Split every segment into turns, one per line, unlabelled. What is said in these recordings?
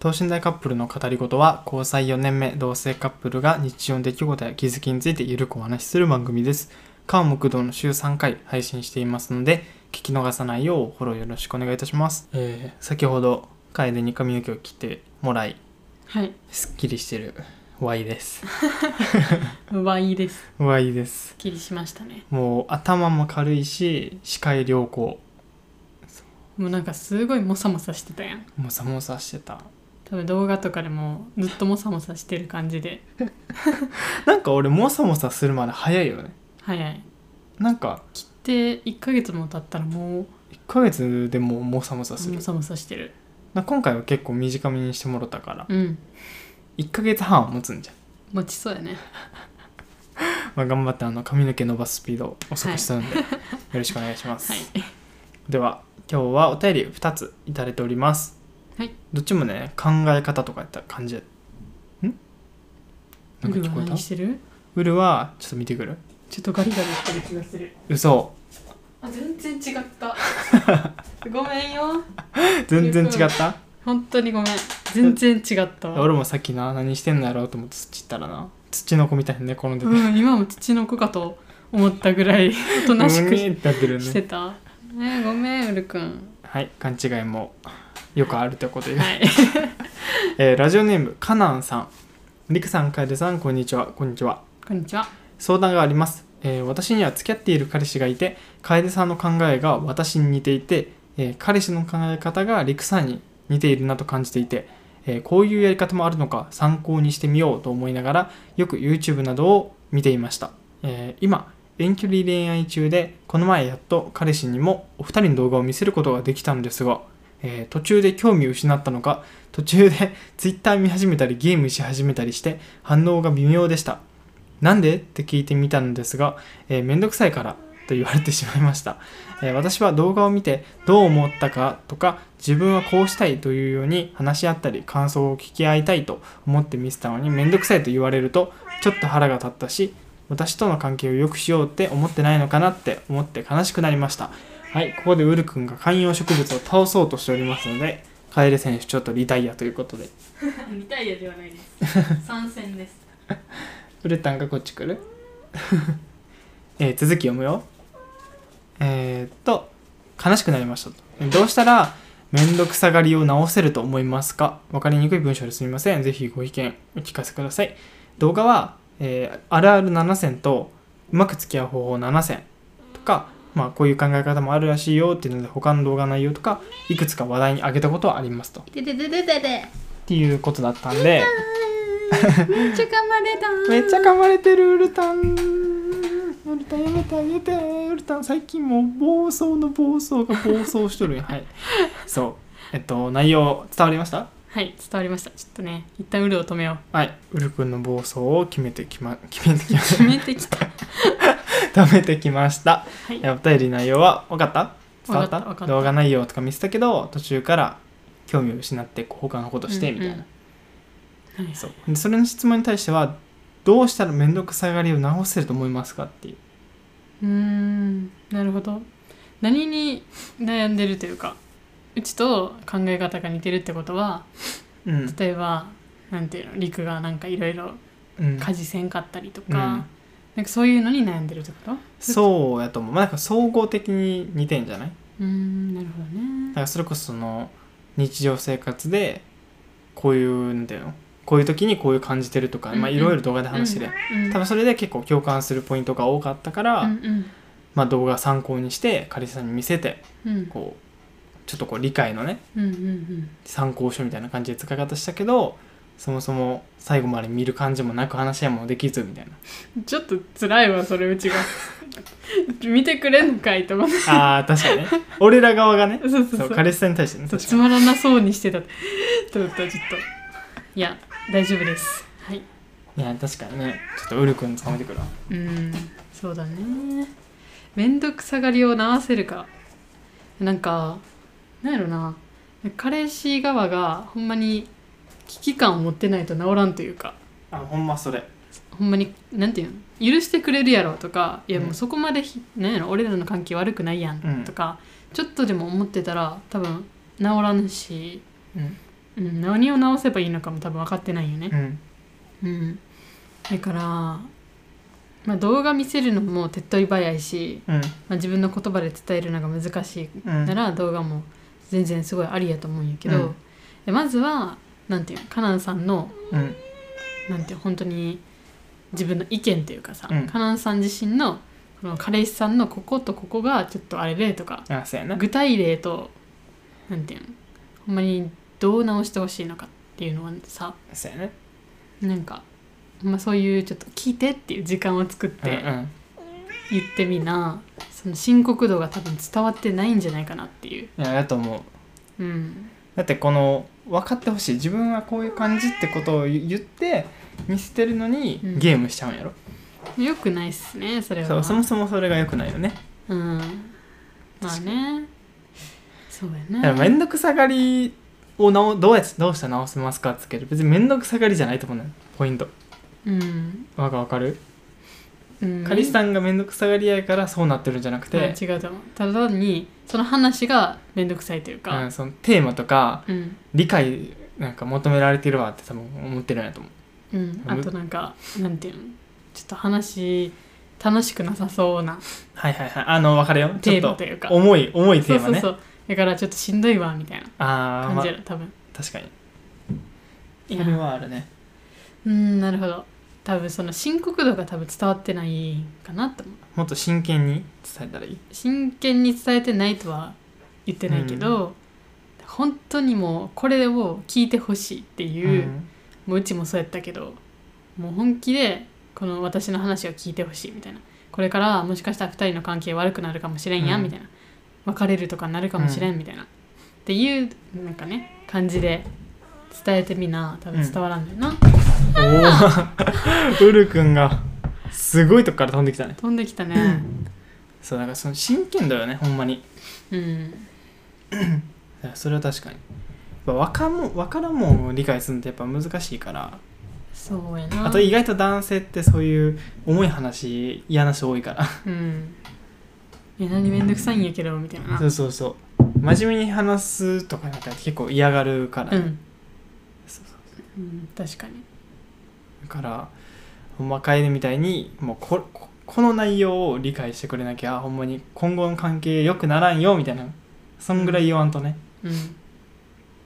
等身大カップルの語り事は交際4年目同性カップルが日常の出来事や気づきについてゆるくお話しする番組です関木道の週3回配信していますので聞き逃さないようフォローよろしくお願いいたします、えー先ほど楓に髪の毛を切ってもらい
はい。
すっきりしてる Y です
わいいです。
Y です
すっきりしましたね。
もう頭も軽いし視界良好
もうなんかすごいモサモサしてたやん。
もさもさしてた
多分動画とかでもずっとモサモサしてる感じで。
なんか俺もさもさするまで早いよね
早い。
なんか
切って1ヶ月も経ったらも
1ヶ月でもうもさもさす
う
る
モサモサしてる。
な今回は結構短めにしてもろたから
うん。
1ヶ月半は持つんじゃん、
持ちそうやね。
まあ、頑張ってあの髪の毛伸ばすスピードを遅くしたので、よろしくお願いします、
はい。
では今日はお便り2ついただいております
はい
どっちもね考え方とかやった感じんなんか
ウル
聞
は
こえた
何してる
ウルはちょっと見てくる
ちょっとガリガリしてる気がする。
嘘
あ、全然違 った。ごめんよ。
全然違った
本当にごめん。全然違ったわ。
俺もさっきな何してんのやろうと思って土行ったらな土の子みたいに寝転ん でて、
うん、今も土の子かと思ったぐらい、おとなしく
うねーってなってるよ
して
ね
た。ね、ごめん、うるくん。
はい勘違いもよくあるということで、
はい。
えーラジオネームカナンさんりくさん楓さんこんにちはこんにちは
こんにちは。
相談があります、えー私には付き合っている彼氏がいて楓さんの考えが私に似ていて、えー彼氏の考え方が陸さんに似ているなと感じていて、えーこういうやり方もあるのか参考にしてみようと思いながらよく YouTube などを見ていました、えー今遠距離恋愛中でこの前やっと彼氏にもお二人の動画を見せることができたのですが、えー途中で興味を失ったのか途中で Twitter 見始めたりゲームし始めたりして反応が微妙でしたなんでって聞いてみたのですが、えーめんどくさいからと言われてしまいました、えー私は動画を見てどう思ったかとか自分はこうしたいというように話し合ったり感想を聞き合いたいと思って見せたのにめんどくさいと言われるとちょっと腹が立ったし私との関係を良くしようって思ってないのかなって思って悲しくなりましたはいここでウル君が観葉植物を倒そうとしておりますのでカエル選手ちょっとリタイアということで
リタイアではないです。参戦です。
ウレタンがこっち来る えー続き読むよえーっと悲しくなりましたとえどうしたら面倒くさがりを直せると思いますか分かりにくい文章ですみませんぜひご意見お聞かせください動画は、えーあるある7選とうまく付き合う方法7選とかまあこういう考え方もあるらしいよっていうので他の動画内容とかいくつか話題に挙げたことはありますとっ
ででででで で。
ていうことだったんで
めっちゃ頑張れた。
めっちゃ噛まれてるウルタンウルタンやめてあげてウルタン最近もう暴走の暴走が暴走しとるんやはいそうえっと内容伝わりました
はい、伝わりました。ちょっとね、一旦ウルを止めよう。
はいウル君の暴走を決めてきま決めてきま
決めてきた。
止めてきました、
はい
えお便り内容は分かった伝わった
わかったわかった
動画内容とか見せたけど途中から興味を失ってこう他のことしてみたいな、
うんうんはい
そうでそれの質問に対してはどうしたら面倒くさがりを直せると思いますかっていう
うーん、なるほど。何に悩んでるというか、うちと考え方が似てるってことは、
うん、
例えば、なんていうの、陸がなんかいろいろ
うん、
家事せんかったりとか、
うん
なんかそういうのに悩んでるってことう
そうやと思う、まあ、なんか総合的に似てんじゃない
ーん、なるほど
だ
ね。
からそれこそその日常生活でこういうなんていうのこういう時にこういう感じてるとか、まあ、
うんうん
いろいろ動画で話してる、
うん、
多分それで結構共感するポイントが多かったから、
うん
まあ、動画参考にして彼氏さんに見せて
うんうん
こうちょっとこう理解のね
うんうんうん
参考書みたいな感じで使い方したけどそもそも最後まで見る感じもなく話し合いもできずみたいな
ちょっと辛いわそれうちが見てくれんのかいと思って
あー確かにね俺ら側がね
そうそうそ
そうう彼氏さんに対してね
そう
確か
つまらなそうにしてたと思ったちょっといや大丈夫ですはい
にいや確かにねちょっとウル君捕まえてくるわ
うんそうだねめんどくさがりを直せるかなんかなんやろな彼氏側がほんまに危機感を持ってないと治らんというか
あほんまそれ
ほんまになんていうの許してくれるやろとかいや
うん
もうそこまでひ、なんやろ俺らの関係悪くないやん
うん
とか、ちょっとでも思ってたら多分治らんし
うん
うん、何を直せばいいのかも多分分かってないよね
うん
うんだから、まあ、動画見せるのも手っ取り早いし、
うん
まあ、自分の言葉で伝えるのが難しい
うん
なら動画も全然すごいありやと思うんやけど、
うん
でまずはなんていうのカナンさんの
うん
なんていう本当に自分の意見というかさ、
うん
カナンさん自身のこの彼氏さんのこことここがちょっとあれでとか
あそうやな
具体例となんていうのほんまにどう直してほしいのかっていうのはさ
そうやね
なんか、ほんまそういうちょっと聞いてっていう時間を作っ
うんう
て
ん
言ってみな、その深刻度が多分伝わってないんじゃないかなっていう、
いややと思う
うん、
だってこの分かってほしい自分はこういう感じってことを言って見せてるのに
うん
ゲームしちゃうんやろ、
よくないっすねそれは
そうそもそもそれが良くないよね
うんまあねそう
だか
や
ら
ね
面倒くさがりをなおどうやってどうしたら直せますかってけど別に面倒くさがりじゃないと思うのよポイント
うん、
わかわかる、
うん、
カリスさんが面倒くさがりやからそうなってるんじゃなく
うん
て、
違うと思うただ単にその話が面倒くさいという
う
か
ん、そのテーマとか
うん、
理解なんか求められてるわって多分思ってるんやと思う
うんあとなんかなんていうのちょっと話楽しくなさそうな
はいはいはいあの分かるよちょ
テ
っ
ーマ
と
というか
重い重いテ
そう
ーマ
そう
ね
そうだからちょっとしんどいわみたいな
ああ
感
まあ
じやろ多分
確かに
い
そ
や
れはあるね
うんなるほど多分その深刻度が多分伝わってないかなと思う
もっと真剣に伝えたらいい
真剣に伝えてないとは言ってないけど、本当にもうこれを聞いてほしいっていう、
ん
もううちもそうやったけどもう本気でこの私の話を聞いてほしいみたいなこれからもしかしたら2人の関係悪くなるかもしれんや、、
うんん
みたいな別れるとかなるかもしれんみたいな、っていうなんかね感じで伝えてみな多分伝わらんだよな、
おお ウル君がすごいとこから飛んできたね
飛んできたね
そうだからその真剣だよねほんまに
うん
いやそれは確かにやっぱ若も若らも理解するのってやっぱ難しいから
そうやな
あと意外と男性ってそういう重い話嫌な人多いから
うんえ何めんどくさいんやけどみたいな
そうそうそう真面目に話すとかなんか結構嫌がるから、
う
だ
ん
そう
うん確かに
からほんま楓みたいにもうこここの内容を理解してくれなきゃほんまに今後の関係良くならんよみたいなそんぐらい言わんとね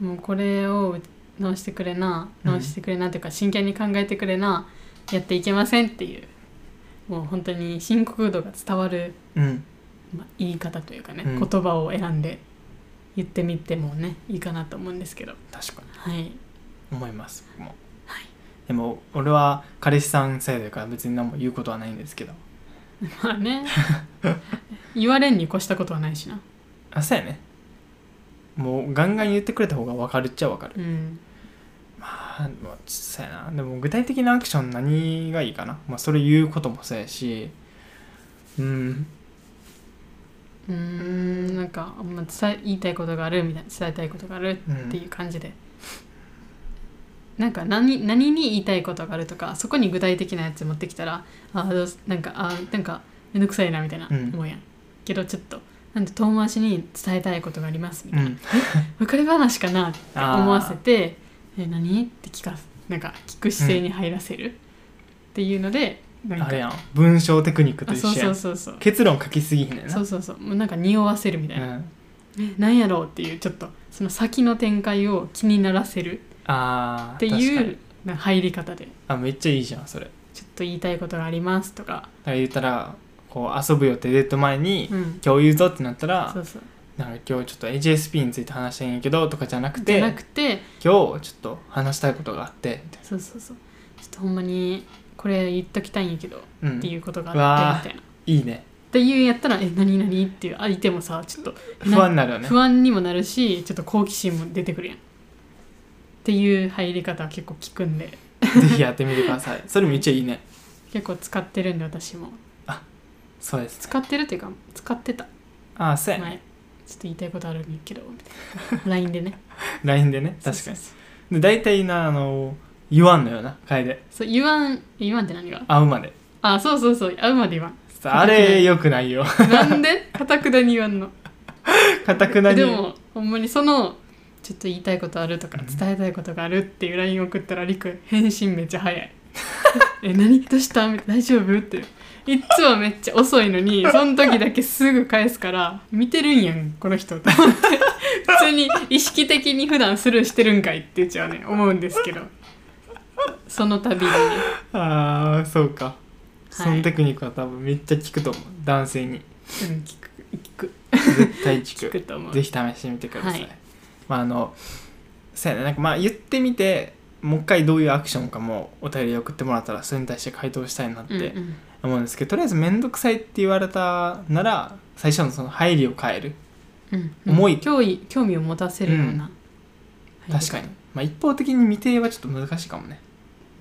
うん、もうこれを直してくれな
うん
直してくれなというか、真剣に考えてくれなやっていけませんっていうもう本当に深刻度が伝わる、
うん
まあ、言い方というかね、
うん
言葉を選んで言ってみてもねいいかなと思うんですけど
確かに
はい
思います僕も、でも俺は彼氏さん制度やから別に何も言うことはないんですけど
まあね言われんに越したことはないしな
あそうやねもうガンガン言ってくれた方が分かるっちゃ分かる
うん
まあまあそうやなでも具体的なアクション何がいいかなまあそれ言うこともそうやしうん
うーんなんか、まあ、伝え言いたいことがあるみたいな伝えたいことがある
う
って
ん
いう感じで、なんか何何に言いたいことがあるとかそこに具体的なやつ持ってきたらあーどうすなんかあーなんかめんどくさいなみたいな
うん
思うやん、けどちょっとなんで遠回しに伝えたいことがありますみた
う
い
ん
な別れ話かなって思わせて「え何?」って聞かすなんか聞く姿勢に入らせる、っていうのでなんか
あれやん文章テクニックと
あ
一
そう
緒や
そ
ん
うそうそう
結論書きすぎひんねんな
そうそうそうもうなんか匂わせるみたいな、
うん、
え何やろうっていうちょっとその先の展開を気にならせる
あー
って
確
い
かに
うな入り方で
あめっちゃいいじゃんそれだか
ちょっと言いたいことがありますとか、
ら言ったらこう遊ぶ予定デート前に、
うん、
今日言うぞってなったら
そうそう
なんか今日ちょっと HSP について話したいんやけどとかじゃなく
じ
て
ゃなくて
今日ちょっと話したいことがあってみたい
そうそうそうちょっとほんまにこれ言っときたいんやけどっ
な、うん、
て
い
いうことがあってみたいな。
いね
っていうやったら「え何何?」っていう相手もさちょっと
不安になるよね
不安にもなるしちょっと好奇心も出てくるやん。っていう入り方は結構聞くん で
ぜひやってみてくださいそれめっちゃいいね
結構使ってるんで私も
そうです
使ってるっていうか使ってた
ああそうやね
前ちょっと言いたいことあるんやけどみたいな LINE でね
LINE でね 確
そ
か
う
に
そう
で大体なあの言わんのよな楓
そうそう言わん言わんって何が
会うまで
あそうそうそう会うまで言わん
あれよく ないよ
なんでかたくなに言わんの
かたくなに
でもほんまにそのちょっと言いたいことあるとか伝えたいことがあるっていう LINE 送ったらりくん返信めっちゃ早い え何どうしたみたいな大丈夫っていっつもめっちゃ遅いの にその時だけすぐ返すから見てるんやんこの人と思って普通に意識的に普段スルーしてるんかいって言っちゃうね思うんですけどその 度に
ああそうか、そのテクニックは多分めっちゃ効くと思う男性に
うん、聞く聞く
絶対効く
聞くと思う
ぜひ試してみてください。
はい
まああのそうやねなんかまあ言ってみてもう一回どういうアクションかもお便りで送ってもらったらそれに対して回答したいなっ
うんう
て
ん
思うんですけど、とりあえず面倒くさいって言われたなら最初のその入りを変える
うん
重い
興味興味を持たせるような、はい
確かに、まあ、一方的に未定はちょっと難しいかもね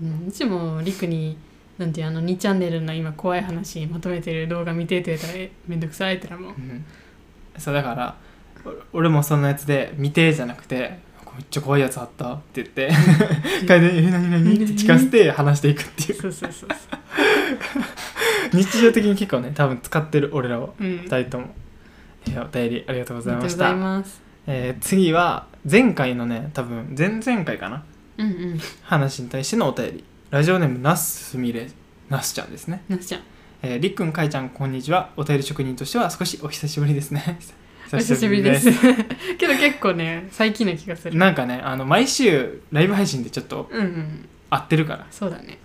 うん、うちもりくになんていうあの2チャンネルの今怖い話まとめてる動画見てって言ったらえめんどくさいって言ったらも
う
う
ん、そうだからお俺もそのやつで未定じゃなくてめっちゃ怖いやつあったって言って 「楓え何何?」って近づいて話していくっていう
そうそうそうそ
日常的に結構ね多分使ってる俺らを
う、うん、ありが
二人とも、えーお便りありがとうござい
とう
ま
ご
し
ざ
た
います
えー次は前回のね多分前々回かな
うんうん
話に対してのお便りラジオネームなすすみれなすちゃんですね、
なすちゃん
えーりっくんかいちゃんこんにちはお便り職人としては少しお久しぶりですね
お久しぶりです けど結構ね最近な気がする
なんかねあの毎週ライブ配信でちょっと
うんうん
合ってるから
そうだね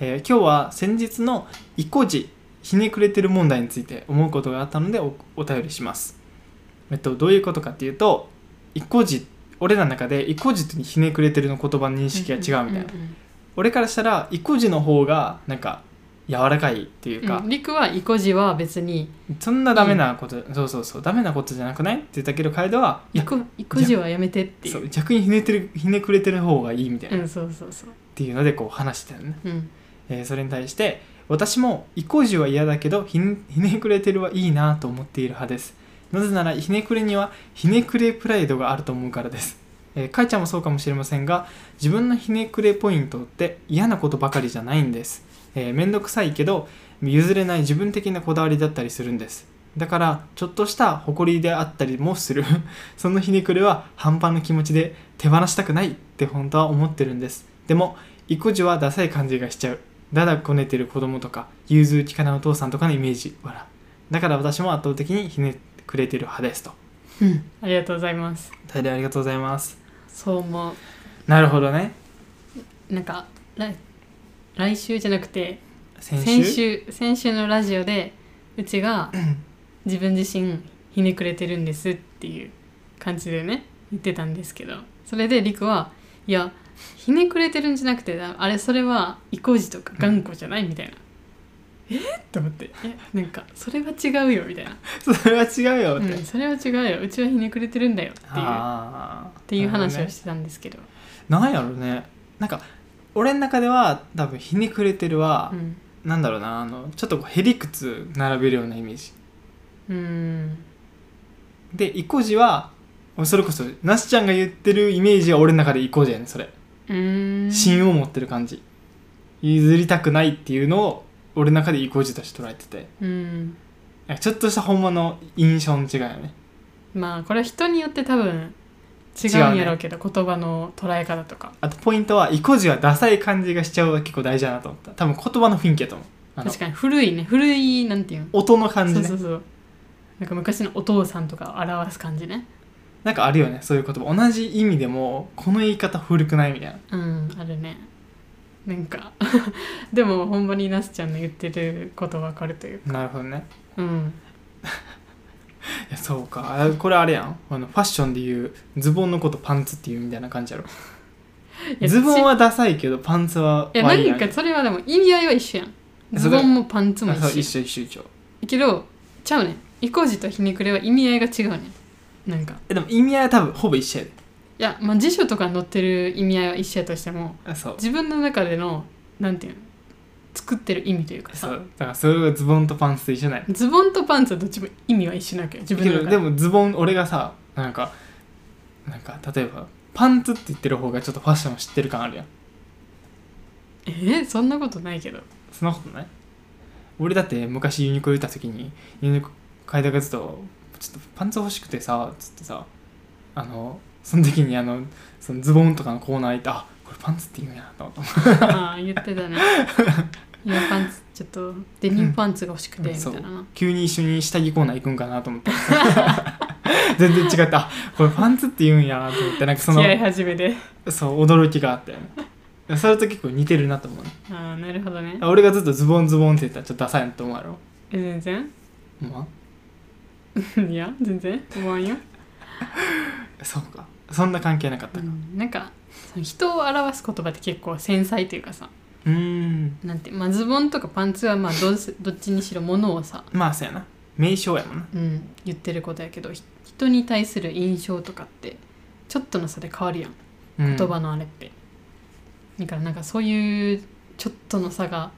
えー今日は先日の「一個児ひねくれてる問題」について思うことがあったのでおお便りします、えっと、どういうことかっていうと一個児俺らの中で一個児とひねくれてるの言葉の認識が違うみたいな、
んん
俺からしたら一個児の方がなんか柔らかいっていう
うん
か、
うんりくは「いこじ」は別に
そんなダメなこと、そうそうそうダメなことじゃなくないって言ったけど楓は
「
い
い
や
こいこじ」はやめてってい
そうう逆にひねてるひねくれてる方がいいみたいな、
う
っ
んそうそうそう
ていうのでこう話してたよね
うん
えーそれに対して私も意固地は嫌だけどひねひねくれてるはいいなと思っている派ですなぜならひねくれにはひねくれプライドがあると思うからです、えー、かいちゃんもそうかもしれませんが自分のひねくれポイントって嫌なことばかりじゃないんです、えー、めんどくさいけど譲れない自分的なこだわりだったりするんですだからちょっとした誇りであったりもする そのひねくれは半端な気持ちで手放したくないって本当は思ってるんですでも意固地はダサい感じがしちゃうだだこねてる子供とか融通きかないお父さんとかのイメージ笑だから私も圧倒的にひねくれてる派ですと
うんありがとうございます
大変ありがとうございます
そう思う
なるほどね
なんか来来週じゃなくて
先週
先週先週のラジオでうちが自分自身ひねくれてるんですっていう感じでね言ってたんですけどそれでりくはいやひねくれてるんじゃなくてあれそれは意固地とか頑固じゃないみたいな、えっと思ってえなんかそれは違うよみたいな、
それは違うよ
う
って、
ん、それは違うようちはひねくれてるんだよっていうっ
あー
ていう話を
なる
してたんですけど、
ほどねなんやろうねなんか俺の中では多分ひねくれてるは
う、ん
なんだろうなあのちょっとこうへりくつ並べるようなイメージ
うん
で意固地はそれこそなしちゃんが言ってるイメージは俺の中で意固地やねそれ
うーん
芯を持ってる感じ譲りたくないっていうのを俺の中で意固地として捉えてて
うん
なんかちょっとした本物の印象の違いよね
まあこれは人によって多分違うんやろうけど言葉の捉え方とか
あとポイントは意固地はダサい感じがしちゃうは結構大事だなと思った多分言葉の雰囲気やと思うあの
確かに古いね古いなんていうの
音の感じ
そ
ね
うそうそうなんか昔のお父さんとかを表す感じね
なんかあるよねそういう言葉同じ意味でもこの言い方古くないみたいな
うんあるねなんか でもほんまになすちゃんの言ってることわかるという
なるほどね
うん
いやそうかあこれあれやんあのファッションで言うズボンのことパンツっていうみたいな感じやろ
いや
ズボンはダサいけどパンツはい
や
割合
何かそれはでも意味合いは一緒やんズボンもパンツも
あそう
一
一
緒
緒一緒一緒
けどちゃうねん意固地とひねくれは意味合いが違うねんなんか
えでも意味合いは多分ほぼ一緒やで
いやまあ辞書とかに載ってる意味合いは一緒やとしても
あそう
自分の中でのなんていうの作ってる意味というか
そ
さ
うだからそれはズボンとパンツと一緒ない
ズボンとパンツはどっちも意味は一緒なわけよ自分の中で
でもズボン俺がさなんかなんか例えばパンツって言ってる方がちょっとファッションを知ってる感あるやん
えーそんなことない けど
そんなことない俺だって昔ユニクロ行った時にユニクロ買いたがずっと「ちょっとパンツ欲しくてさ」っつってさあのその時にあのそのズボンとかのコーナー行ってあこれパンツって言うんやと思って
ああ言ってたねいやパンツちょっとデニムパンツが欲しくて
うん
みたいな、
急に一緒に下着コーナー行くんかなと思って 全然違ったあこれパンツって言うんやと思ってなんかその
付き合い始めで
そう驚きがあったよねそれと結構似てるなと思うね
ああなるほどね
俺がずっとズボンズボンって言ったらちょっとダサいなと思うやろ
え全然
ほんま
いや全然思わんよ、
そうかそんな関係なかった
う
か
ん、なんかその人を表す言葉って結構繊細というかさ
うーん
なんて、まあ、ズボンとかパンツはまあどうせどっちにしろものをさ、
まあそうやな名称やもんな
うん、言ってることやけどひ人に対する印象とかってちょっとの差で変わるやん
うん
言葉のあれって、だからなんかそういうちょっとの差が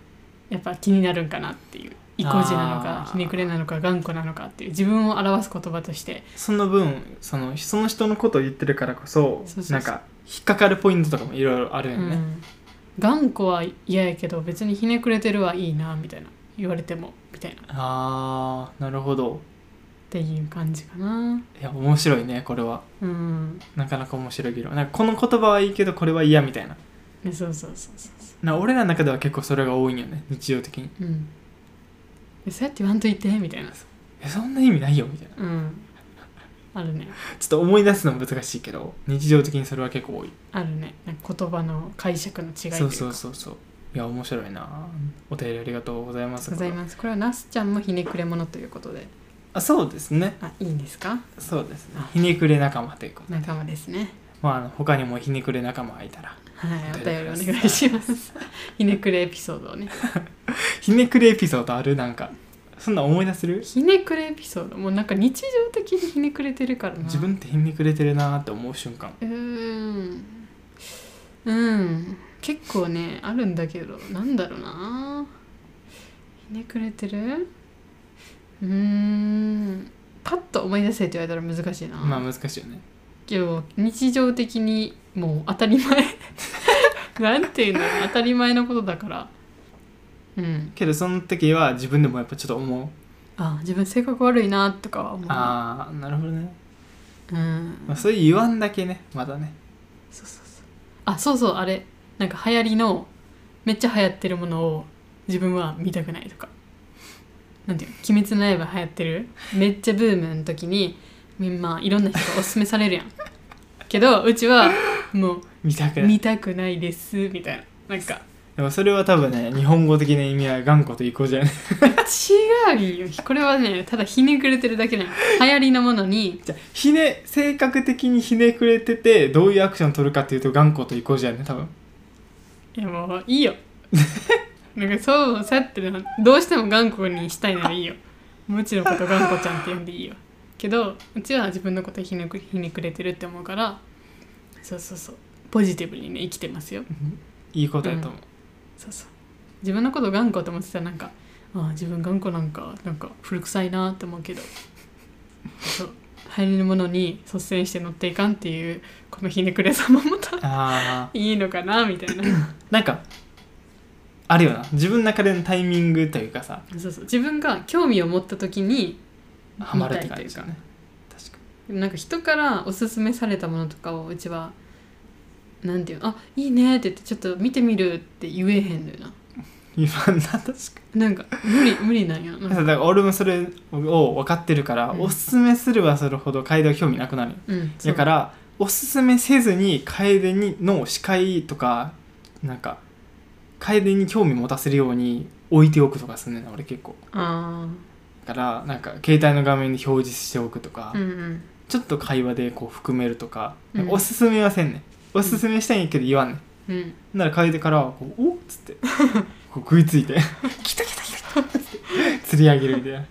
やっぱ気になるんかなっていう意固地なの
あ
か
ー
ひねくれなのか頑固なのかっていう自分を表す言葉として
その分そのその人のことを言ってるからこそ
そうそうそう
なんか引っかかるポイントとかもいろいろあるよ
う
ね、
ん、頑固は嫌やけど別にひねくれてるはいいなみたいな言われてもみたいなっ
あーなるほど
ていう感じかな、
いや面白いねこれは
うん、
なかなか面白い議論なんかこの言葉はいいけどこれは嫌みたいな
ねそうそうそうそう
な俺らの中では結構それが多いんよね日常的に
そう、うん、でそうやって言わんといてみたいな、
えそんな意味ないよみた いな
うん、あるね
ちょっと思い出すのも難しいけど日常的にそれは結構多い
あるねなんか言葉の解釈の違いというか
そうそうそうそういや面白いなお便りありがとうございます
ございますこれはナスちゃんもひねくれ者ということで
あそうですね
あいいんですか
そうですねひねくれ仲間ということで
仲間ですね
まああの他にもひねくれ仲間がいたら
はい
お
お便
便
り
り
お
お
願
願
いしますひねくれエピソードをね
ひねくれエピソードあるなんかそんなん思い出せる
ひねくれエピソードもうなんか日常的にひねくれてるからな
自分ってひねくれてるなーって思う瞬間
うーんうん結構ねあるんだけどなんだろうなひねくれてるうーんパッと思い出せって言われたら難しいな、
まあ難しいよね
けど日常的にもう当たり前 なんていうの当たり前のことだからうん
けどその時は自分でもやっぱちょっと思う
あ自分性格悪いなとかは思う
ああなるほどね、
うん
まあ、そういう言わんだけねまだね
そうそうそうあそうそうあれなんか流行りのめっちゃ流行ってるものを自分は見たくないとかなんていうの「鬼滅の刃」流行ってるめっちゃブームの時にみんないろんな人がおすすめされるやん けどうちはもう
見たくない
見たくないですみたいななんか
でもそれは多分ね日本語的な意味は頑固と意向じゃない
違うよこれはねただひねくれてるだけなの流行りのものに
じゃあひね性格的にひねくれててどういうアクション取るかっていうと頑固と意向じゃない多分
いやもういいよなんかそうさってるのどうしても頑固にしたいならいいよむちのこと頑固ちゃんって呼んでいいよけどうちは自分のことひねくひねくれてるって思うからそうそうそうポジティブにね生きてますよ
いいことやと思う、
そうそう自分のこと頑固と思ってたらなんかああ自分頑固なんかなんか古臭いなって思うけどそう流行りのものに率先して乗っていかんっていうこのひねくれ様もた
ああ
いいのかなみたいな
なんかあるよな自分の中でのタイミングというかさ
そうそう自分が興味を持った時に
ハマるって感じだね確か
なんか人からおすすめされたものとかをうちはなんていうのあいいねって言ってちょっと見てみるって言えへんのよな
に今な確か
なんか 無理無理なんやな
にだから俺もそれを分かってるから、
うん
おすすめすればするほど楓は興味なくなるよ
うんそう
だからおすすめせずに楓にの視界とかなんか楓に興味持たせるように置いておくとかすんねんな俺結構
あ
だからなんか携帯の画面に表示しておくとか、
あうんうん
ちょっと会話でこう含めるとか
うん
おすすめはせんねんおすすめしたいんやけど言わんねん
うん
なら楓からはこう「おっ?」つって こう食いついて「来た来た来た!」って釣り上げるみたいな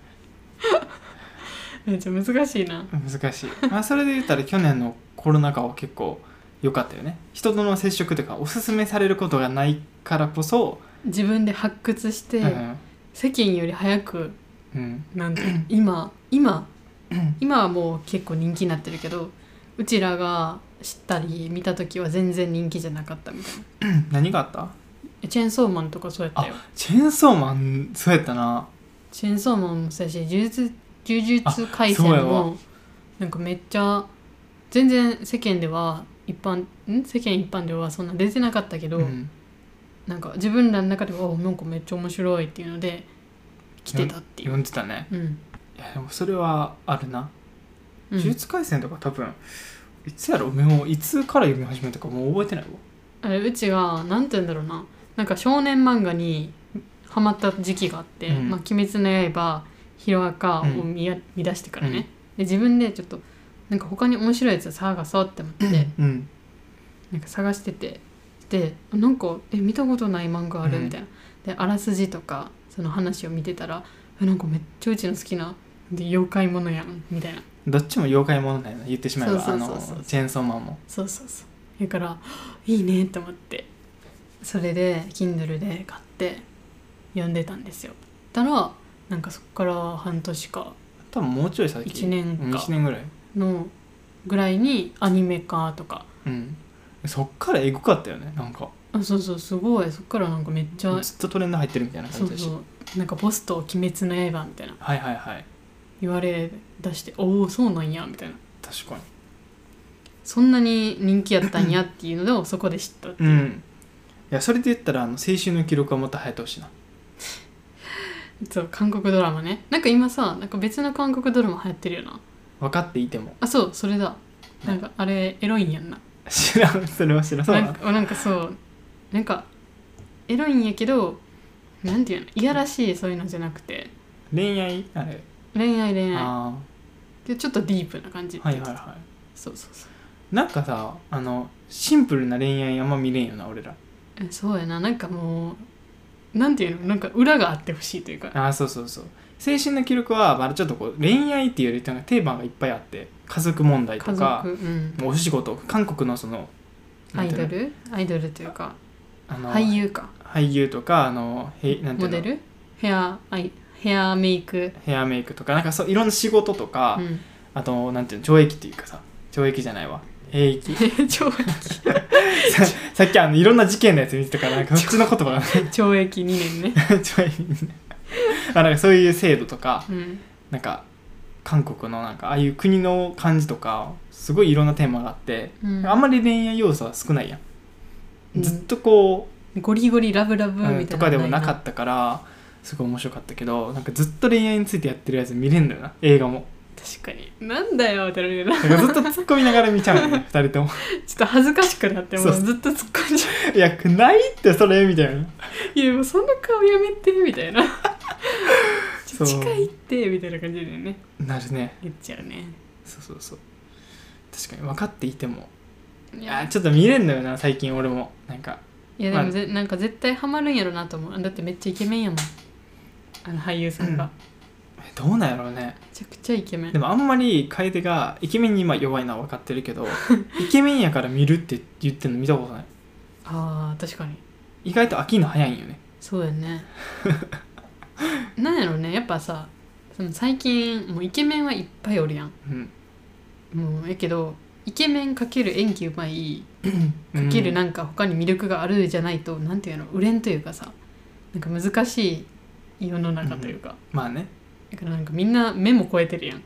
めっちゃ難しいな
難しい、まあ、それで言ったら去年のコロナ禍は結構良かったよね人との接触というかおすすめされることがないからこそ、
自分で発掘して、
うん
世間より早く
うん、
なんて 今今今はもう結構人気になってるけどうちらが知ったり見た時は全然人気じゃなかったみたいな
何があった
チェーンソーマンとかそうやったよ
チェーンソーマンそうやったな
チェーンソーマンもそうやし呪術呪術廻
あそう
戦
やわ
もなんかめっちゃ全然世間では一般ん世間一般ではそんな出てなかったけど、
うん
なんか自分らの中ではおなんかめっちゃ面白いっていうので来てたっていう、
読んでたね
うん
いやでもそれはあるな
うん
呪術廻戦とか多分いつやろもういつから読み始めたかもう覚えてないわ
あれうちがなんて言うんだろうななんか少年漫画にハマった時期があって「
うん
まあ、鬼滅の刃」「ヒロアカ」を見や見出してからね、
うん
で自分でちょっとなんか他に面白いやつ探そうって思って、
うん
なんか探しててでなんかえ見たことない漫画ある
うん
みたいな、であらすじとかその話を見てたらえなんかめっちゃうちの好きなで妖怪ものやんみたいな
どっちも妖怪ものだよな言ってしまえば
そ
あ
うそう
の
そうそう
チェーンソーマンも
そうそうそうだから いいねと思ってそれで Kindle で買って読んでたんですよたらなんかそこから半年か
多分もうちょい先
1年
うん
か
一年ぐらい
のぐらいにアニメ化とか
うんそっからエグかったよねなんか
あそうそうすごいそっからなんかめっちゃ
ずっとトレンド入ってるみたいな
そ
感じ
う
だし
そうなんかポスト「鬼滅の刃」みたいな
はいはいはい
言われ出して「おおそうなんや」みたいな
確か
そんなに人気やったんやっていうのをそこで知ったって
に
いうう、
んいやそれで言ったらあの青春の記録はまた流行ってほしいな
そう韓国ドラマねなんか今さなんか別の韓国ドラマ流行ってるよな
分かっていても
あそうそれだなんかあれエロいんやんな
知らんそれは知らんそう
な
なん
かなんかそうなんかエロいんやけどなんていうのいやらしいそういうのじゃなくて
恋愛あれ
恋愛恋愛
あ
でちょっとディープな感じ
あはいはいは
そうそうそう
いなんかさあのシンプルな恋愛あんま見れんよな俺ら
えそうやななんかもうなんていうのなんか裏があってほしいというか
ああそうそうそう青春の記録はまだちょっとこう恋愛っていうよりなんかテーマがいっぱいあって家族問題
家
と
族
か
うん
お仕事韓国のその
ア
なん
イ
ていう
ド
の
ルアイドルというか
あの
俳優か
俳優とかあのへなんてい
モ
うの
デルヘアアイヘアメイク、
ヘアメイクとかなんかそういろんな仕事とか、
うん、
あとなんていうの懲役っていうかさ懲役じゃないわ兵役
懲
ささっきあのいろんな事件のやつ見てたからなんか普通の言葉が
懲役2年 ね、
懲役あなんかそういう制度とか
うん、
なんか韓国のなんかああいう国の感じとかすごいいろんなテーマがあって、
うん
あんまり恋愛要素は少ないやん、
うん
ずっとこ
ゴリゴリラブラブ
う、
みたいな、
うんとかでもなかったからすごい面白かったけどなんかずっと恋愛についてやってるやつ見れんのよな映画も
確かになんだよってなるよな ちょ
だからずっと突っ込みながら見ちゃうのね二人とも
っと恥ずかしくなってもう
そう
ずっと突っ込んじゃ
いやないってそれみたいな
ういやもうそんな顔やめてみ たいなちょ
そう
近いってみたいな感じでね
なるね
言っちゃうね
そうそうそう確かに分かっていても
い
いや
や
ちょっと見れんのよな最近俺もなんか
いやでもぜ、なんか絶対ハマるんやろなと思うだってめっちゃイケメンやもんあの俳優さんが、
うんえどうなんやろうね
めちゃくちゃイケメン
でもあんまり楓がイケメンに今弱いのは分かってる けどイケメンやから見るって言ってるの見たことない
あー確かに
意外と飽きんの早いんよね
そうやね なんやろうねやっぱさその最近もうイケメンはいっぱいおるやん
うん
もうやけどイケメンかける演技うまいかける
な
なんか他に魅力があるじゃないと、なんていうの売れんというかさなんか難しい世の中というか、
まあね
だからなんかみんな目も超えてるやん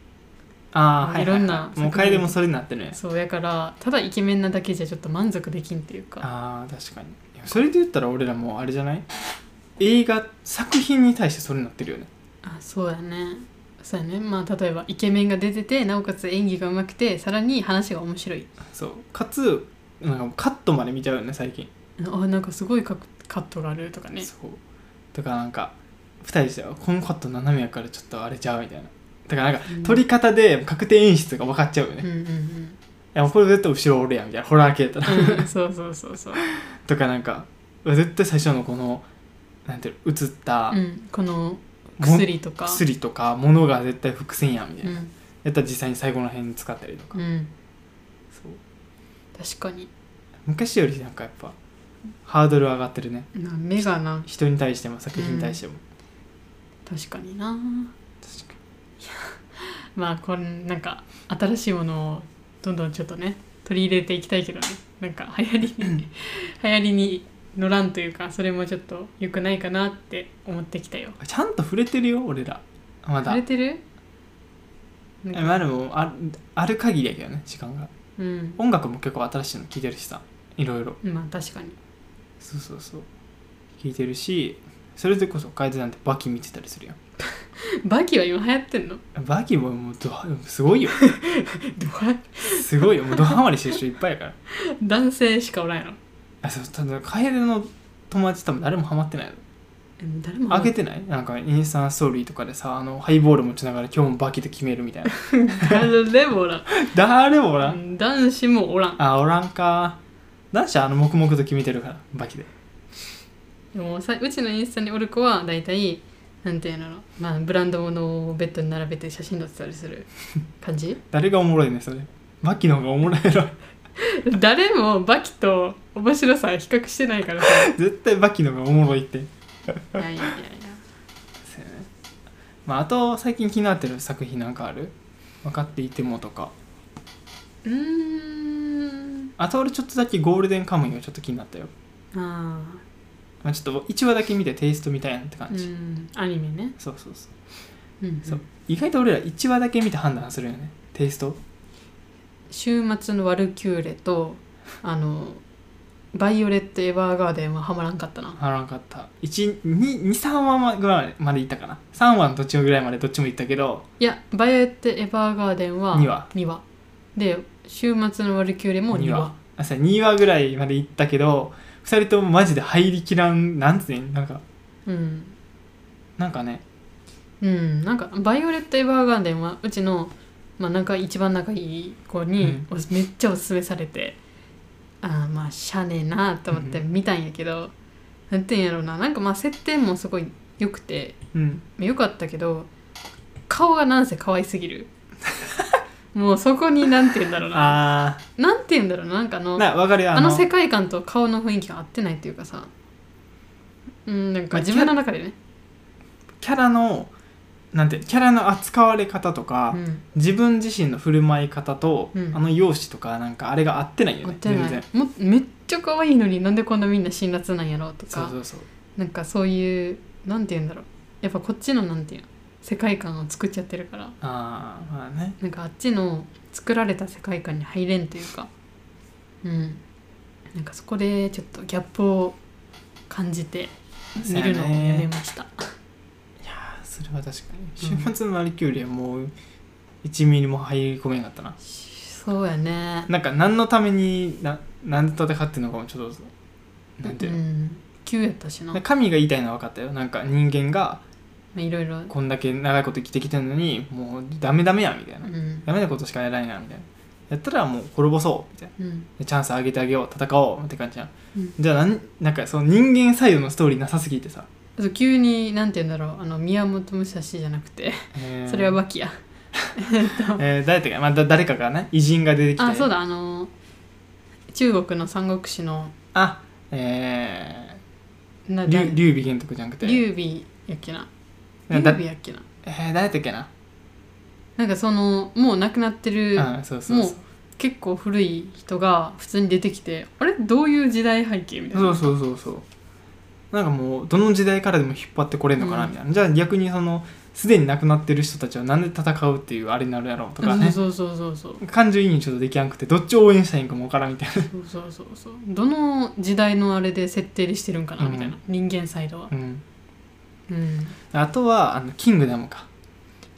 ああ
まあ
はい
いろんな
もう楓もそれになってるね
そうやからただイケメンなだけじゃちょっと満足できんというか
ああ確かにいやそれで言ったら俺らもうあれじゃない映画作品に対してそれになってるよね
あそうやねそうやねまあ例えばイケメンが出ててなおかつ演技がうまくてさらに話が面白い
そうかつなんかもうカットまで見ちゃうよね最近
あなんかすごいカカットがあるとかね
そうとかなんか2人でしたよこのカット斜めやからちょっとあれちゃうみたいなだからなんか
うん
撮り方で確定演出が分かっちゃうよね、
うん
い
うんうん
やもうこれ絶対後ろおるやんみたいなホラー系だな
うんそうそうそうそう、
とかなんか絶対最初のこのなんていうの映った
うん、この
も
薬とか
薬とか物が絶対伏線やんみたいな、
うん
やったら実際に最後の辺使ったりとか、
うん
そう
確かに
昔よりなんかやっぱハードル上がってるね
な目がな
人に対しても作品に対しても、
確かにな
確か
まあこんなんか新しいものをどんどんちょっとね取り入れていきたいけどねなんか流行りに流行りに乗らんというかそれもちょっと良くないかなって思ってきたよ
にちゃんと触れてるよ俺らまだ
触れてる
えまあでもあある限りやけどね時間が
うん
音楽も結構新しいの聴いてるしさいろいろ
まあ確かに
そうそうそう聴いてるしそれでこそ楓なんてバキ見てたりするよ
バキは今流行ってんの
バキももうドハすごいよ
どこら
すごいよもうドハマりしてる人いっぱいやから
男性しかおらんやろ
あそうただ楓の友達多分誰もハマってないの
え誰も
あげてないなんかインスタストーリーとかでさあのハイボール持ちながら今日もバキで決めるみたいな
誰もおらん
誰 もおら
うんん男子もおらん
あおらんか男子はあの黙々と決めてるからバキで
でもさうちのインスタにおる子は大体なんていうのまあブランド物をベッドに並べて写真載ってたり する感じ
誰がおもろいねそれバキの方がおもろいろ
誰もバキと面白さ比較してな いからさ
絶対バキの方がおもろいって
いやいやいやいや
そうよねまああと最近気になってる作品なんかある分かっていてもとか
うーん
あと俺ちょっとだけゴールデンカムイがちょっと気になったよ、
あ
まあ、ちょっと1話だけ見てテイストみたいなって感
ーう
じ、
んアニメね
そうそうそう
うんうん
そう意外と俺ら1話だけ見て判断するよねテイスト
週末のワルキューレとあのバイオレット・エヴァーガーデンはハマらんかったな
あらんかった123話ぐらいまでいったかな3話の途中ぐらいまでどっちもいったけど
いやバイオレット・エヴァーガーデンは
2話
2話で週末のワルキューレも2話
あそう2話ぐらいまでいったけど2人ともマジで入りきらんなんつうねんなんか
うん
なんかね
うん、なんかバイオレット・エヴァーガーデンはうちの、まあ、なんか一番仲いい子に、おめっちゃおすすめされてああまあしゃあねえなと思って
うん
見たんやけど、なんていうんやろうななんかまあ設定もすごい良くて
うん
良かったけど顔がなんせ可愛すぎ るもうそこになんて言うんだろうな
あ
なんて言うんだろうななんかあ
あ
の
な分かるよ
あの世界観と顔の雰囲気が合ってないっていうかさうんなんか自分の中でね、
キャラのなんてキャラの扱われ方とか、
うん、
自分自身の振る舞い方と、
うん
あの容姿とかなんかあれが合ってないよ
合っ
ね
て
全
な
然
いもめっちゃ可愛いのになんでこんなみんな辛辣なんやろうと
そう
か
そうそう
なんかそういうなんて言うんだろうやっぱこっちのなんていうの世界観を作っちゃってるから
ああまあね
なんかあっちの作られた世界観に入れんというかうんなんかそこでちょっとギャップを感じて見るのを
そうや
や
ね
めました
いやーそれは確かに週末のマリキューリはもう1ミリも入り込めなかったな
そうやね
なんか何のためにな何で戦ってんのかもちょっとなんていうの、
ん、急やったしな、ま
神が言いたいのは分かったよなんか人間が
あ、いろいろ、
こんだけ長いこと生きてきてるのにもうダメダメやみたいな、
うん
ダメなことしかやらないなみたいなやったらもう滅ぼそうみたいな
うん、
でチャンスあげてあげよう戦おうって感じじゃん、
うん
じゃあなんなんかその人間サイドのストーリーなさすぎてさ、
あと急になんて言うんだろうあの宮本武蔵じゃなくて
えー
それはバキや
えー誰だっけまあ、だ誰かがね偉人が出てきて
あそうだあの中国の三国志の
あえ
な
ー、劉
な
劉備玄徳じゃなくて
劉備やっけな劉
だ
備やっけな
えー、誰だっけな、
なんかそのもう亡くなってる
うんそうそう
も
そう
う結構古い人が普通に出てきてあれどういう時代背景みたいな
そうそうそうそうなんかもうどの時代からでも引っ張ってこれんのかな
うん
みたいな、じゃあ逆にそのすでに亡くなってる人たちはなんで戦うっていうあれになるやろうとかね
そうそうそうそう
感情移入ちょっとできやんくてどっちを応援したらいいんかもわからんみたい
そうそうそうそうそうどの時代のあれで設定でしてるんかなみたいな、
う
人間サイドは
な、うん、
うん
あとはあのキングダムか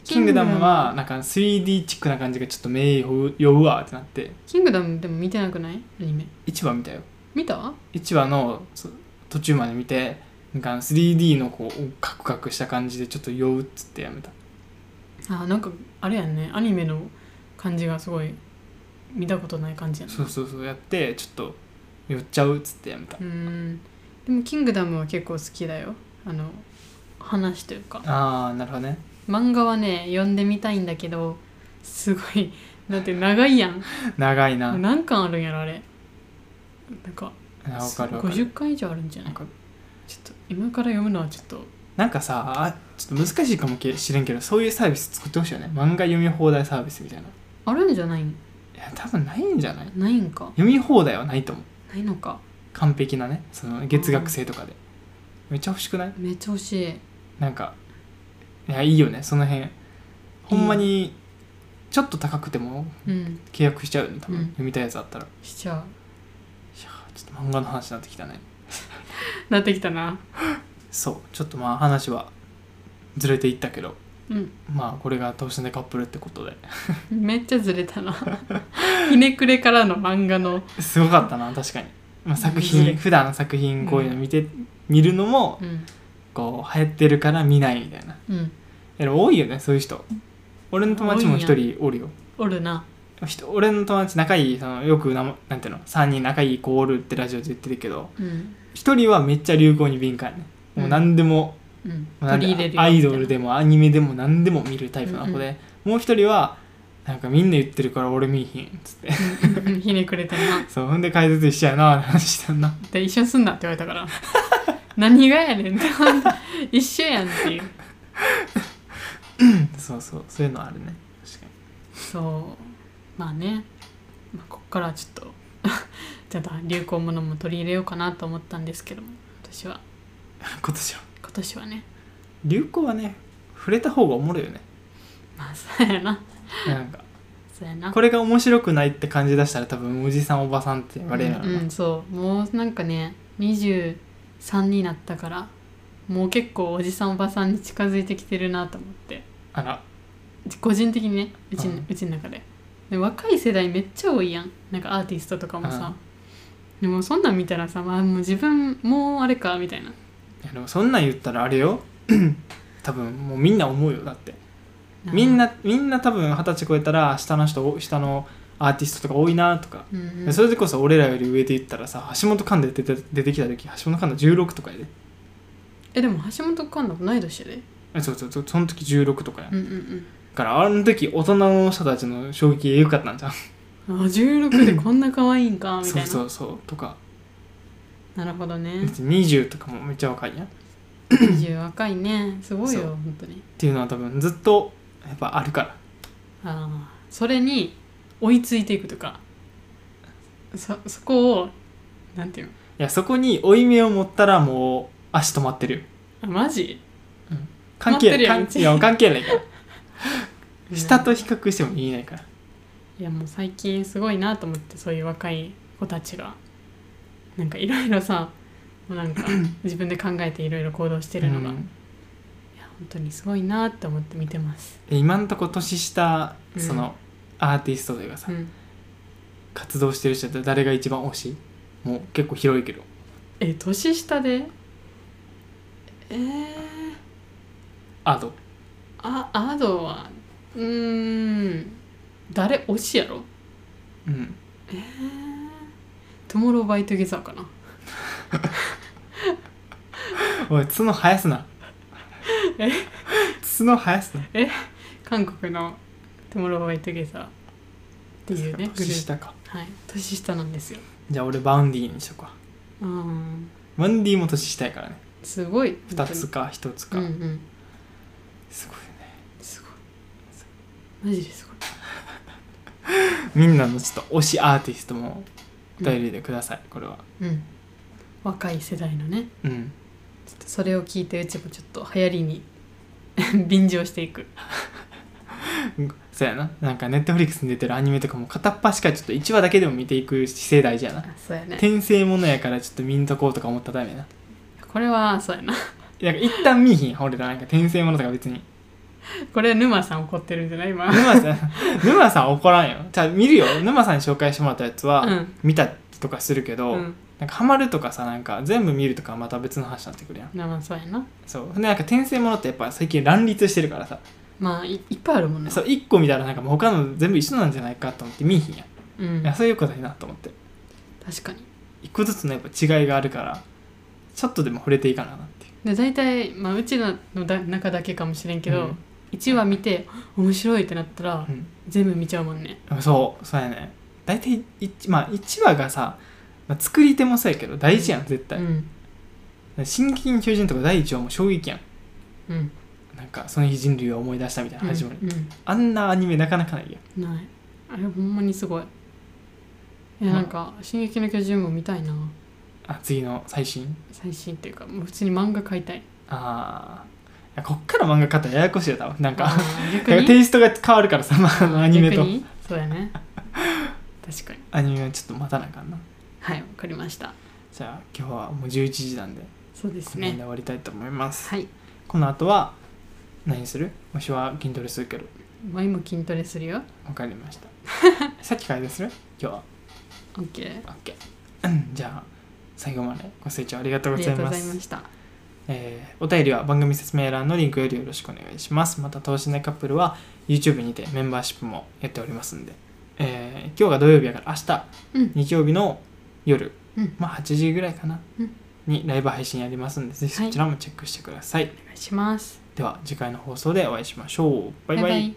キングダムはなんか 3D チックな感じがちょっと名誉呼ぶわってなって
キングダムでも見てなくないアニメ
1話見たよ
見た
1話のそ途中まで見てなんか 3D のこうカクカクした感じでちょっと酔うっつってやめた
あなんかあれやんねアニメの感じがすごい見たことない感じやな
そうそうそうやってちょっと酔っちゃうっつってやめた
うんでも「キングダム」は結構好きだよあの話というか
ああなるほどね
漫画はね読んでみたいんだけどすごいだって長いやん
長いなあ
何巻あるんやろあれなんか
わかるわかる
50巻以上あるんじゃない
わかる
ちょっと今から読むのはちょっと
なんかさあちょっと難しいかもしれんけどそういうサービス作ってほしいよね漫画読み放題サービスみたいない
あるんじゃないん
や多分ないんじゃない
ないんか
読み放題はないと思う
ないのか
完璧なねその月額制とかでめっちゃ欲しくない
めっちゃ欲しい
なんかいやいいよねその辺ほんまにちょっと高くても
うん
契約しちゃうよね多分、
うん
読みたいやつあったらい
しちゃ
やーちょっと漫画の話になってきたね
うなってきたな
そうちょっとまあ話はずれていったけど
うん
まあこれが等身大カップルってことで
めっちゃずれたなひねくれからの漫画の
すごかった な確かに、まあ、作
ずれ
品普段作品こういうの見て、見るのも
うん
こう流行ってるから見ないみたいな
うん
でも多いよねそういう人俺の友達も一
多い
人おるよ
おるな
ひと俺の友達仲いいそのよくななんていうの3人仲いい子おるってラジオで言ってるけど
うん
一人はめっちゃ流行に敏感ねもう何でも、
うん
もう何
取
で
り入れるよ
アイドルでもアニメでも何でも見るタイプの子で、もう一人はなんかみんな言ってるから俺見いひんっつって
みたいなうん ひねくれてるな
そうほんで解説しちゃうなって話したな
で一緒にすんなって言われたから 何がやねんって一緒やんっていう
そうそうそういうのあるね確かに
そうまあね、まあ、こっからはちょっと ちょっと流行ものも取り入れようかなと思ったんですけども今年は
今年は
今年はね
流行はね触れた方がおもろいよね
まあそうやな
なんか
そうやな
これが面白くないって感じ出したら多分おじさんおばさんって言われるのか
う、
なん
うんそうもうなんかね23になったからもう結構おじさんおばさんに近づいてきてるなと思って
あら
個人的にねうち,、
う
うんちの中でで若い世代めっちゃ多いやんなんかアーティストとかもさ、でもそんなん見たらさ、まあ、もう自分もうあれかみたいない
やでもそんなん言ったらあれ よ多分もうみんな思うよだってみん、なみんな多分二十歳超えたら下の人下のアーティストとか多いなとか、
うんうん
それでこそ俺らより上で言ったらさ橋本環奈出て出てきた時橋本環奈16とかやで
えでも橋本環奈も同い年やで
えそうそうそうその時16とかや、
うんうん
からあの時大人の人たちの衝撃エグかったんじゃん
うんあ16でこんな可愛いんかみたい
そう
な
そうそうとか
なるほどね
だって20とかもめっちゃ若いやんっ
20若いねすごいよ
そう
本当に
ていうのは多分ずっとやっぱあるから
あーそれに追いついていくとかそそこをなんていうの
いやそこに負い目を持ったらもう足止まってるよ
あマジ
関係ない
止まっ
関
て
い
るやん
や関係ないから
うん
下と比較しても言えないから
いやもう最近すごいなと思ってそういう若い子たちがなんかいろいろさもうなんか自分で考えていろいろ行動してるの
う
が、
ん
いや本当にすごいなって思って見てます、
で今んとこ年下
うん
その、アーティストというかさ、
うん、
活動してる人って誰が一番推しもう結構広いけど
え年下でえー、
アド
あアドはうーん誰推しやろ
うん
トゥモローバイトゲザーかな
おい角生やすな
え
角生やすな
韓国のトゥモローバイトゲザーっていうねグル
年
ー
下か
プはい年下なんですよ
じゃあ俺バウンディにしとくわ
うん
バウンディも年下やからね
すごい
2つか1つか、
うんうん
すごいよね
すごいマジですごい
みんなのちょっと推しアーティストもお便りでください、これは
うん若い世代のね
うん
ちょっとそれを聞いてうちもちょっと流行りに 便乗していく
そうやななんかネットフリックスに出てるアニメとかも片っ端からちょっと1話だけでも見ていく姿勢大事やな
あそうやね
転生ものやからちょっと見んとこうとか思ったらダメやな
これはそうやな
なんか一旦見いひん俺らなんか転生ものとか別 に
これ沼さん怒ってるんじゃない今
沼さん沼さん怒らんよじゃあ見るよ沼さんに紹介してもらったやつ
う
は
ん
見たとかするけど、
うん
なんかハマるとかさなんか全部見るとかはまた別の話になってくるやん
まあそうやな
そうでなんか転生ものってやっぱ最近乱立してるからさ、
まあいいっぱいあるもんね
そう1個見たらなんかもう他の全部一緒なんじゃないかと思って見いひんやん、
うん
いやそういうことになと思って
確かに
一個ずつのやっぱ違いがあるからちょっとでも触れていかななっていう
で大体、まあ、うちらのだ中だけかもしれんけ
う
ど、
ん
一1話見て面白いってなったら、
うん
全部見ちゃうもんね
でもそうそうやね大体一まあ1話がさ、まあ、作り手もそうやけど大事やん絶
う
対、
ん
新金巨人とか第1話も衝撃やん
うん
なんかその日人類を思い出したみたいな始まり、
うん
あんなアニメなかなかないやん
うんないあれほんまにすごいいや
まあ
なんか「進撃の巨人」も見たいな
あ次の最新
最新っていうかもう普通に漫画買いたい
ああやこっから漫画家ってややこしいよ多分なん
あ
か
ー逆
なん かテ
に
イストが変わるからさ、まああの、アニメと
逆にそうやね確かに
アニメはちょっと待たなあかんな
はいわかりました
じゃあ今日はもう11時なんで
そうです
この辺
ね
で終わりたいと思います、
はい
この後は何するわしは筋トレするけど
前も筋トレするよ
わかりました さっきからですね今日は
OK
オッケーうんじゃあ最後までご清聴ありがとう
あ
ご
り
ざ
が
い
とう
ま
ござい
す
ました
えーお便りは番組説明欄のリンクよりよろしくお願いしますまた等身大カップルは YouTube にてメンバーシップもやっておりますんで、えー今日が土曜日やから明日
うん
日曜日の夜、
うん
まあ8時ぐらいかな、
うん
にライブ配信やりますんでぜひそちらもチェックしてください、
お願いします
では次回の放送でお会いしましょうバイバイ
イ